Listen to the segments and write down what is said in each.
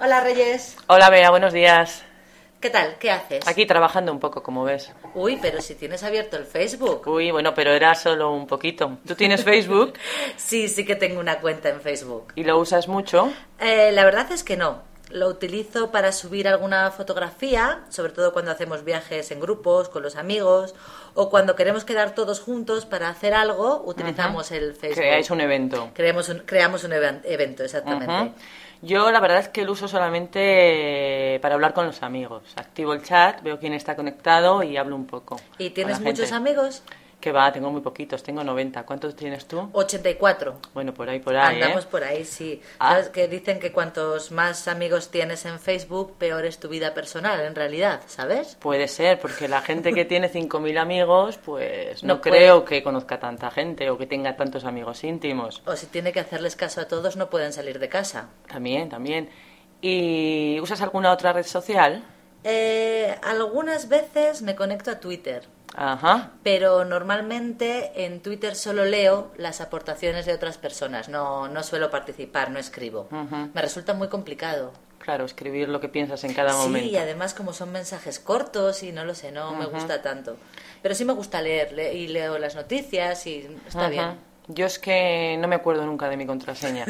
Hola Reyes. Hola Bea, buenos días. ¿Qué tal? ¿Qué haces? Aquí trabajando un poco, como ves. Uy, pero si tienes abierto el Facebook. Uy, bueno, pero era solo un poquito. ¿Tú tienes Facebook Sí, sí que tengo una cuenta en Facebook. y lo usas mucho? Eh, la verdad es que no. Lo utilizo para subir alguna fotografía, sobre todo cuando hacemos viajes en grupos, con los amigos, o cuando queremos quedar todos juntos para hacer algo, utilizamos el Facebook. Creáis un evento. Creamos un, creamos un evan- evento, exactamente. Ujú. Yo la verdad es que lo uso solamente eh, para hablar con los amigos. Activo el chat, veo quién está conectado y hablo un poco. ¿Y con tienes la gente. muchos amigos? Que va, tengo muy poquitos, tengo 90. ¿Cuántos tienes tú? 84. Bueno, por ahí, por ahí. ¿eh? Andamos por ahí, sí. Ah. ¿Sabes que dicen que cuantos más amigos tienes en Facebook, peor es tu vida personal, en realidad, ¿sabes? Puede ser, porque la gente que tiene 5.000 amigos, pues no, No puede. creo que conozca tanta gente o que tenga tantos amigos íntimos. O si tiene que hacerles caso a todos, no pueden salir de casa. También, también. ¿Y usas alguna otra red social? Eh, algunas veces me conecto a Twitter, Ajá. pero normalmente en Twitter solo leo las aportaciones de otras personas. No, no suelo participar, no escribo. Ujú. Me resulta muy complicado. Claro, escribir lo que piensas en cada Sí, y momento. además como son mensajes cortos y no lo sé, no me gusta tanto. Pero sí me gusta leer le- y leo las noticias y está Ajá. bien. Yo es que no me acuerdo nunca de mi contraseña.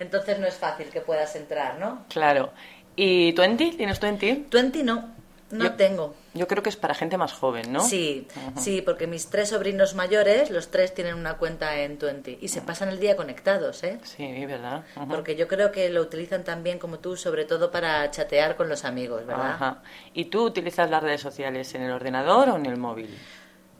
Entonces no es fácil que puedas entrar, ¿no? claro. ¿Y Twenty? ¿Tienes Twenty? 20 no, no Yo- tengo. Yo creo que es para gente más joven, ¿no? Sí, sí, porque mis tres sobrinos mayores, los tres tienen una cuenta en 20 y se pasan el día conectados, ¿eh? Sí, ¿verdad? Ujú. Porque yo creo que lo utilizan también como tú, sobre todo para chatear con los amigos, ¿verdad? Ajá. ¿Y tú utilizas las redes sociales en el ordenador o en el móvil?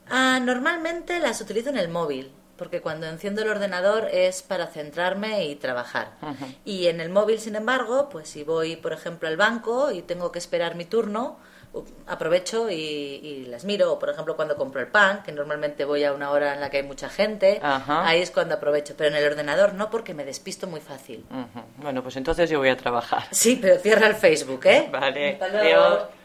Ah, normalmente las utilizo en el móvil, porque cuando enciendo el ordenador es para centrarme y trabajar. Ujú. Y en el móvil, sin embargo, pues si voy, por ejemplo, al banco y tengo que esperar mi turno, u- aprovecho y, y las miro. O, por ejemplo, cuando compro el pan, que normalmente voy a una hora en la que hay mucha gente, Ajá. ahí es cuando aprovecho. Pero en el ordenador no, porque me despisto muy fácil. Ujú. Bueno, pues entonces yo voy a trabajar. Sí, pero cierra el Facebook, ¿eh? Vale, Hasta luego. adiós.